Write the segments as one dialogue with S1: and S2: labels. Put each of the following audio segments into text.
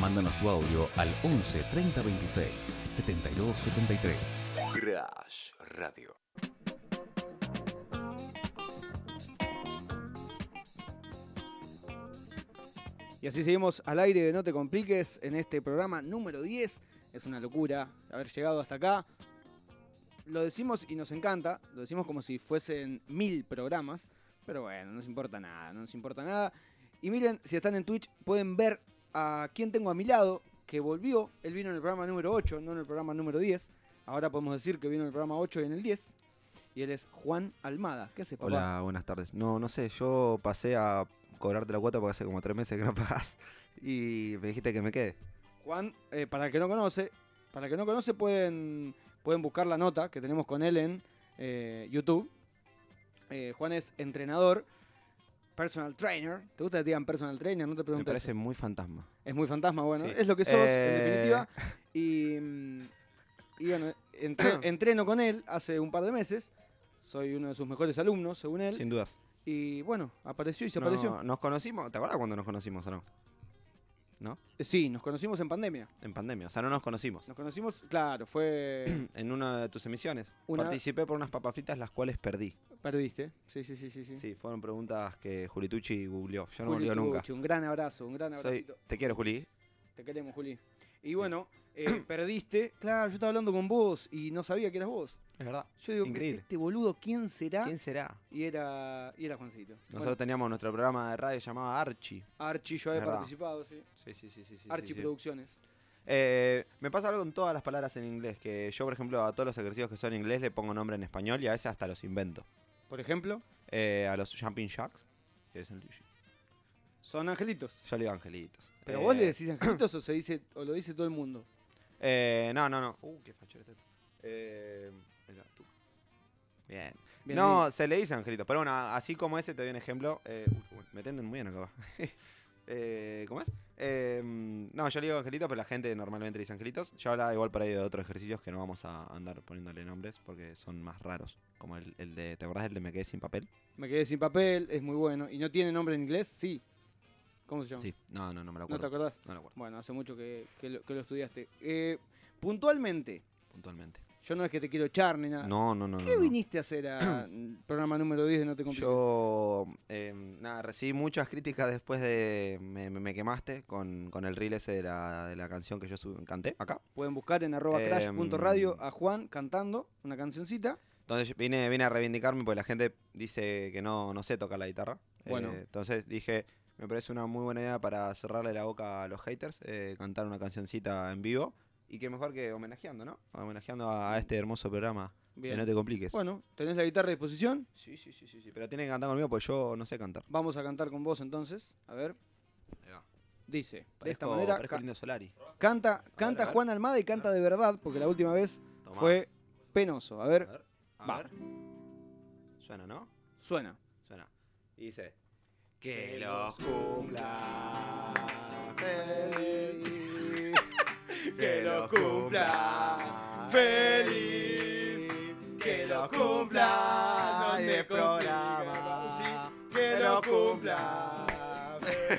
S1: Mándanos tu audio al 11 30 26 72 73.
S2: Crash Radio.
S3: Y así seguimos al aire de No Te Compliques en este programa número 10. Es una locura haber llegado hasta acá. Lo decimos y nos encanta, lo decimos como si fuesen mil programas, pero bueno, no nos importa nada, no nos importa nada. Y miren, si están en Twitch, pueden ver a quién tengo a mi lado, que volvió. Él vino en el programa número 8, no en el programa número 10. Ahora podemos decir que vino en el programa 8 y en el 10. Y él es Juan Almada. ¿Qué hace, papá?
S4: Hola, buenas tardes. No, no sé, yo pasé a cobrarte la cuota porque hace como tres meses que no pagas y me dijiste que me quede.
S3: Juan, eh, para el que no conoce, para el que no conoce pueden, pueden buscar la nota que tenemos con él en eh, YouTube. Eh, Juan es entrenador, personal trainer. ¿Te gusta que te digan personal trainer? No te
S4: Me
S3: preguntes.
S4: parece muy fantasma.
S3: Es muy fantasma, bueno.
S4: Sí.
S3: Es lo que sos, en
S4: Eh.
S3: definitiva. Y, mm, y bueno, entre- entreno con él hace un par de meses. Soy uno de sus mejores alumnos, según él.
S4: Sin dudas.
S3: Y bueno, apareció y se
S4: No,
S3: apareció.
S4: Nos conocimos, ¿te acuerdas cuando nos conocimos o no? ¿No?
S3: Eh, Sí, nos conocimos en pandemia.
S4: En pandemia, o sea, no nos conocimos.
S3: Nos conocimos, claro, fue...
S4: En una de tus emisiones.
S3: Una-
S4: Participé por unas papas fritas las cuales perdí.
S3: Perdiste. Sí, sí, sí, sí. sí.
S4: Sí, fueron preguntas que Julitucci googleó. Yo no me
S3: Juli
S4: olvido nunca.
S3: Tucci, Un gran abrazo, un gran
S4: Soy-
S3: abracito.
S4: Te quiero, Juli.
S3: Te queremos, Juli. Y bueno, eh, perdiste. Claro, yo estaba hablando con vos y no sabía que eras vos.
S4: Es verdad.
S3: Yo digo,
S4: Increíble.
S3: este boludo, ¿quién será?
S4: ¿Quién será?
S3: Y era, y era Juancito.
S4: Nosotros teníamos nuestro programa de radio llamado Archie.
S3: Archie, yo había
S4: Verdad.
S3: participado, sí.
S4: Sí, sí, sí, sí. sí,
S3: Archie
S4: sí, sí.
S3: Producciones.
S4: Eh, me pasa algo con todas las palabras en inglés, que yo, por ejemplo, a todos los ejercicios que son en inglés le pongo nombre en español y a veces hasta los invento.
S3: Por ejemplo,
S4: Eh, a los jumping jacks, que es el-
S3: son angelitos.
S4: Yo le digo angelitos.
S3: Pero
S4: Eh,
S3: vos le decís angelitos o se dice, o lo dice todo el mundo.
S4: eh, no, no, no. Uh, qué fachero este. Eh, ahí está, tú. Bien.
S3: Bien
S4: No, se le dice angelitos, pero bueno, así como ese te doy un ejemplo. eh, uy, qué bueno, me tienden muy bien acá. va. Eh, ¿Cómo es? Eh, no, yo le digo angelitos, pero la gente normalmente le dice angelitos. Yo hablaba igual por ahí de otros ejercicios que no vamos a andar poniéndole nombres porque son más raros. Como el, el de, ¿te acordás del de me quedé sin papel?
S3: Me quedé sin papel, es muy bueno. ¿Y no tiene nombre en inglés? Sí. ¿Cómo se llama?
S4: Sí, no, no, no me lo
S3: ¿No te
S4: acuerdo.
S3: acordás?
S4: No, lo acuerdo,
S3: Bueno, hace mucho que, que lo, que lo estudiaste. Eh, puntualmente,
S4: puntualmente.
S3: yo no es que te quiero echar ni nada.
S4: No, no, no.
S3: Ah. ¿Qué
S4: no, no.
S3: viniste a hacer al programa número 10 de No Te Compliques?
S4: Yo, eh, nada, recibí muchas críticas después de Me, me- me quemaste con, con el reel ese de la, de la canción que yo sub- canté acá.
S3: Pueden buscar en arroba
S4: Em,
S3: crash.radio a Juan cantando una cancioncita.
S4: Entonces yo vine, vine a reivindicarme porque la gente dice que no, no sé tocar la guitarra.
S3: Bueno.
S4: Eh, entonces dije, me parece una muy buena idea para cerrarle la boca a los haters, eh, cantar una cancioncita en vivo. Y qué mejor que homenajeando, ¿no? Homenajeando a, a este hermoso programa.
S3: Bien.
S4: Que no te compliques.
S3: Bueno, ¿tenés la guitarra a disposición?
S4: Sí, sí, sí, sí, sí. Pero tienen que cantar conmigo porque yo no sé cantar.
S3: Vamos a cantar con vos entonces. A ver, dice. De esta
S4: Parezco,
S3: manera,
S4: parezco
S3: ca-
S4: lindo Solari.
S3: canta,
S4: a
S3: canta
S4: ver.
S3: Juan Almada y canta de verdad, porque la última vez
S4: Tomá.
S3: fue penoso. A ver,
S4: A ver. a
S3: Va.
S4: ver. Suena, ¿no?
S3: suena.
S4: Suena. Y dice. Que los cumpla feliz. Que los cumpla feliz. Que los cumpla
S3: No te
S4: el programa.
S3: compliques,
S4: Que los cumpla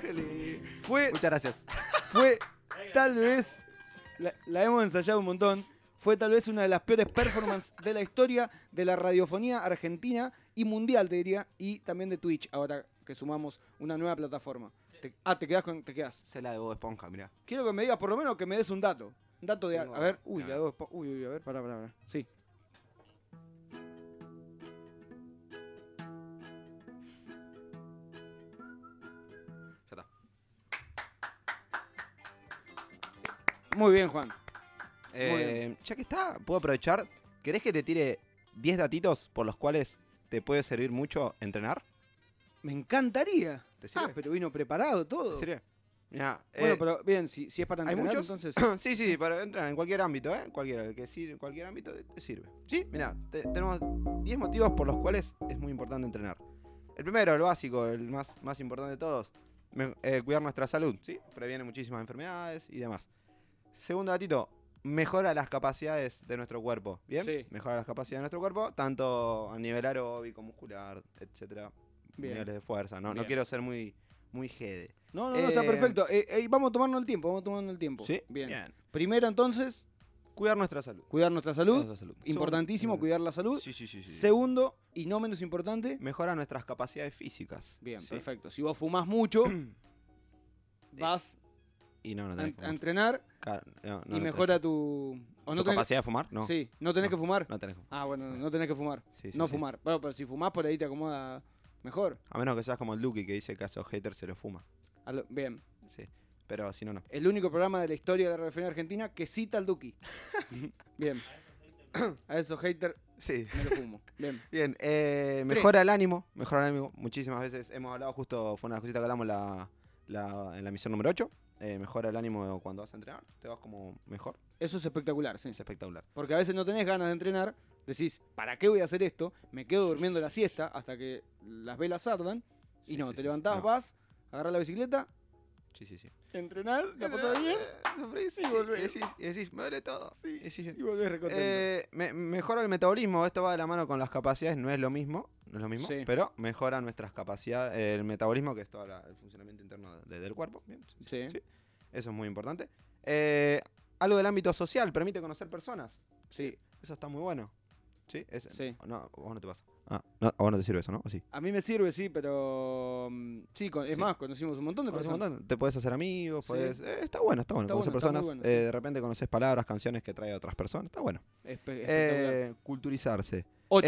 S4: feliz.
S3: Fue,
S4: Muchas gracias.
S3: fue tal vez, la, la hemos ensayado un montón, fue tal vez una de las peores performances de la historia de la radiofonía argentina y mundial, te diría, y también de Twitch, ahora que sumamos una nueva plataforma. Te- ah, te quedás con, te quedás.
S4: Se la de Bob Esponja, mirá.
S3: Quiero que me digas, por lo menos que me des un dato. Un dato de. A
S4: Tengo-
S3: a ver, uy,
S4: a
S3: la
S4: ver.
S3: dos. Uy, uy, a ver, pará, pará, pará. Sí.
S4: Ya está.
S3: Muy bien, Juan.
S4: Eh, ya que está, puedo aprovechar. ¿Querés que te tire 10 datitos por los cuales te puede servir mucho entrenar?
S3: Me encantaría.
S4: ¿Te
S3: Ah,
S4: sirve?
S3: pero vino preparado todo.
S4: ¿En serio? Mirá,
S3: Bueno,
S4: eh,
S3: pero bien, si, si es para
S4: ¿Hay
S3: entrenar,
S4: muchos?
S3: entonces.
S4: sí, sí, para entrar en cualquier ámbito, ¿eh? Cualquiera, el que sirve, cualquier ámbito te te sirve. Sí, mira, tenemos 10 motivos por los cuales es muy importante entrenar. El primero, el básico, el más, más importante de todos, me- eh, cuidar nuestra salud, ¿sí? Previene muchísimas enfermedades y demás. Segundo datito, mejora las capacidades de nuestro cuerpo, ¿bien?
S3: Sí.
S4: Mejora las capacidades de nuestro cuerpo, tanto a nivel aeróbico, muscular, etcétera,
S3: Bien.
S4: niveles de fuerza, ¿no? No
S3: Bien.
S4: quiero ser muy, muy jede.
S3: No, no, no, está
S4: Eh,
S3: perfecto. Eh, eh, vamos tomando el tiempo, vamos tomando el tiempo.
S4: ¿Sí?
S3: pues, Bien. Primero, entonces,
S4: Cuidar nuestra salud.
S3: cuidar nuestra salud.
S4: Nuestra salud.
S3: Importantísimo,
S4: Segundo,
S3: cuidar la salud.
S4: Sí, sí, sí. sí.
S3: Segundo, y no menos importante,
S4: Mejora nuestras capacidades físicas.
S3: bien,
S4: ¿sí?
S3: perfecto. Si vos fumás mucho, vas
S4: Y no, no
S3: a,
S4: tenés
S3: en-
S4: que
S3: a
S4: fumar.
S3: entrenar
S4: Claro, no, no, no
S3: y
S4: tenés-
S3: mejora tu... o
S4: ¿Tu
S3: no tenés-
S4: capacidad de fumar? No.
S3: Sí, no tenés
S4: No.
S3: que fumar.
S4: No tenés que fumar.
S3: Ah, bueno, no tenés que fumar.
S4: Sí, sí,
S3: no
S4: sí.
S3: fumar. Bueno, pero si fumás por ahí te acomoda mejor.
S4: A menos que seas como el Duki que dice que a esos haters se lo fuma.
S3: A lo- Bien.
S4: Sí. Pero si no, no.
S3: El único programa de la historia de la refinería argentina que cita al Duki. bien. A esos haters
S4: Sí.
S3: me lo fumo. Bien.
S4: Bien, eh,
S3: Tres.
S4: mejora el ánimo, mejora el ánimo. Muchísimas veces hemos hablado, justo fue una cosita que hablamos la, la- en la misión número 8. eh, mejora el ánimo cuando vas a entrenar, te vas como mejor.
S3: Eso es espectacular, sí.
S4: Es espectacular.
S3: Porque a veces no tenés ganas de entrenar, decís, ¿para qué voy a hacer esto? Me quedo durmiendo la siesta hasta que las velas ardan. Y
S4: Sí,
S3: no,
S4: sí,
S3: te
S4: sí, sí.
S3: levantás,
S4: No.
S3: vas, agarrás la bicicleta,
S4: Sí, sí, sí.
S3: entrenar, la
S4: eh,
S3: pasás bien
S4: Sufrís,
S3: Y volvés.
S4: y decís, y decís, me duele todo. Sí,
S3: y volvés recontento.
S4: eh, mejora el metabolismo, esto va de la mano con las capacidades, no es lo mismo, no es lo mismo,
S3: Sí.
S4: pero mejora nuestras capacidades, el metabolismo, que es todo la- el funcionamiento interno de- del cuerpo. Bien, sí,
S3: Sí.
S4: sí. Eso es muy importante. Eh, algo del ámbito social, permite conocer personas.
S3: sí.
S4: Eso está muy bueno. ¿Sí? Es-
S3: Sí.
S4: No, a vos no te pasa. Ah, no, a vos no te sirve eso, ¿no? ¿O sí?
S3: A mí me sirve, sí, pero... mm, Sí, con- es
S4: Sí.
S3: más, conocimos un montón de
S4: Conoces un
S3: personas.
S4: montón, Te puedes hacer amigos,
S3: Sí.
S4: podés- eh, está bueno, está bueno.
S3: Está
S4: conocer
S3: bueno, está muy
S4: personas.
S3: bueno, sí.
S4: eh, de repente conoces palabras, canciones que trae otras personas. Está bueno.
S3: Espe- espectacular.
S4: Eh, culturizarse.
S3: Ocho.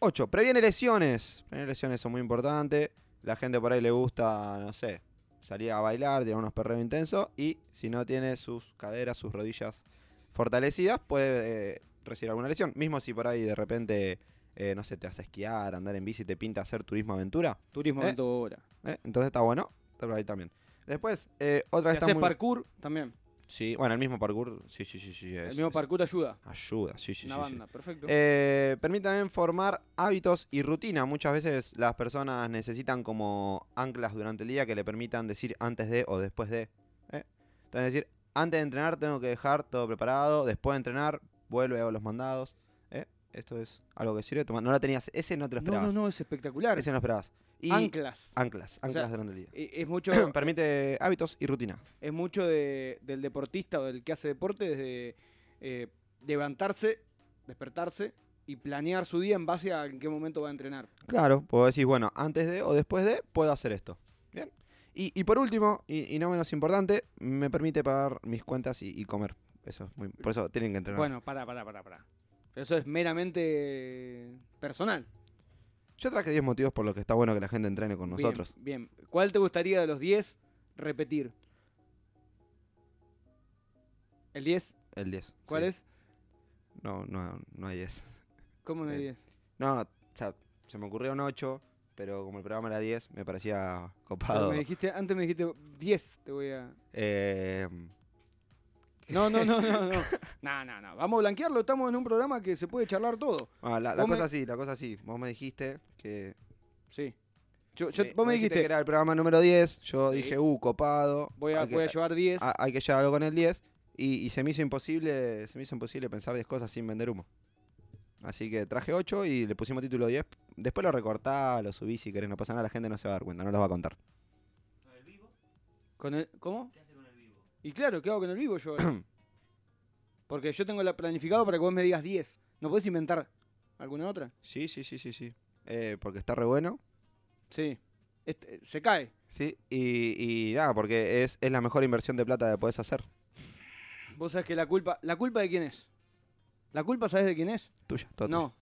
S4: 8. Previene lesiones. Previene lesiones son muy importantes. La gente por ahí le gusta, no sé, salir a bailar, tirar unos perreos intensos. Y si no tiene sus caderas, sus rodillas fortalecidas, puede eh, recibir alguna lesión. Mismo si por ahí de repente, eh, no sé, te hace esquiar, andar en bici, te pinta hacer turismo aventura.
S3: Turismo
S4: eh,
S3: en tu hora.
S4: ¿eh? Entonces está bueno. Está por ahí también. Después, eh, otra
S3: Si
S4: está
S3: haces
S4: muy-
S3: parkour, también.
S4: Sí, bueno, el mismo parkour. Sí, sí, sí, sí.
S3: El
S4: es-
S3: mismo
S4: es-
S3: parkour ayuda.
S4: Ayuda, sí, sí,
S3: Una
S4: sí, sí.
S3: banda, perfecto.
S4: Eh, permite también formar hábitos y rutina. Muchas veces las personas necesitan como anclas durante el día que le permitan decir antes de o después de. ¿eh? Entonces decir, antes de entrenar tengo que dejar todo preparado, después de entrenar vuelve hago los mandados. ¿eh? Esto es algo que sirve. Toma- No la tenías, ese no te lo
S3: no, no,
S4: esperabas.
S3: no, es espectacular.
S4: Ese no lo esperabas. Y
S3: Anclas.
S4: anclas, anclas
S3: sea,
S4: durante el día.
S3: Eh, Es mucho,
S4: permite hábitos y rutina.
S3: es mucho de- del deportista o del que hace deporte desde eh, levantarse, despertarse y planear su día en base a en qué momento va a entrenar.
S4: Claro, puedo decir, bueno, antes de o después de, puedo hacer esto. Bien. Y, y por último, y, y no menos importante, me permite pagar mis cuentas y, y comer. Eso es muy, por eso tienen que entrenar.
S3: Bueno, pará, pará, pará, pará. Pero eso es meramente personal.
S4: Yo traje 10 motivos por los que está bueno que la gente entrene con
S3: Bien,
S4: nosotros.
S3: Bien, ¿Cuál te gustaría de los 10 repetir? ¿El 10?
S4: El 10.
S3: ¿Cuál
S4: sí.
S3: es?
S4: No, no, no hay 10.
S3: ¿Cómo no el
S4: Eh,
S3: 10?
S4: No, o sea, se me ocurrió un 8, pero como el programa era 10, me parecía
S3: Pero
S4: copado.
S3: me dijiste, antes me dijiste 10, te voy a...
S4: Eh,
S3: No, no, no, no, no. No, no, no. Vamos a blanquearlo, estamos en un programa que se puede charlar todo.
S4: ah, la la
S3: Vos me-
S4: cosa sí, la cosa sí. Vos me dijiste que
S3: Sí. Yo, yo- vos me dijiste,
S4: que era el programa número 10. Yo
S3: Sí.
S4: dije, uh, copado.
S3: voy, a,
S4: hay que,
S3: voy a llevar 10.
S4: a- hay que llevar algo con el 10. Y, y se me hizo imposible se me hizo imposible pensar 10 cosas sin vender humo. Así que traje 8 y le pusimos título 10. Después lo recortá, lo subí si querés, no pasa nada, la gente no se va a dar cuenta, no los va a contar.
S3: Con el- ¿Cómo? ¿Qué hace con el vivo? Y claro, ¿qué hago con el vivo yo? ahora? Porque yo tengo la planificado para que vos me digas 10. ¿No podés inventar alguna otra?
S4: Sí, sí, sí, sí, sí. Eh, porque está re bueno.
S3: Sí. Este, se cae.
S4: Sí. Y, y nada, porque es, es la mejor inversión de plata que podés hacer.
S3: Vos sabés que la culpa... ¿La culpa de quién es? ¿La culpa sabés de quién es?
S4: Tuya, toda
S3: No,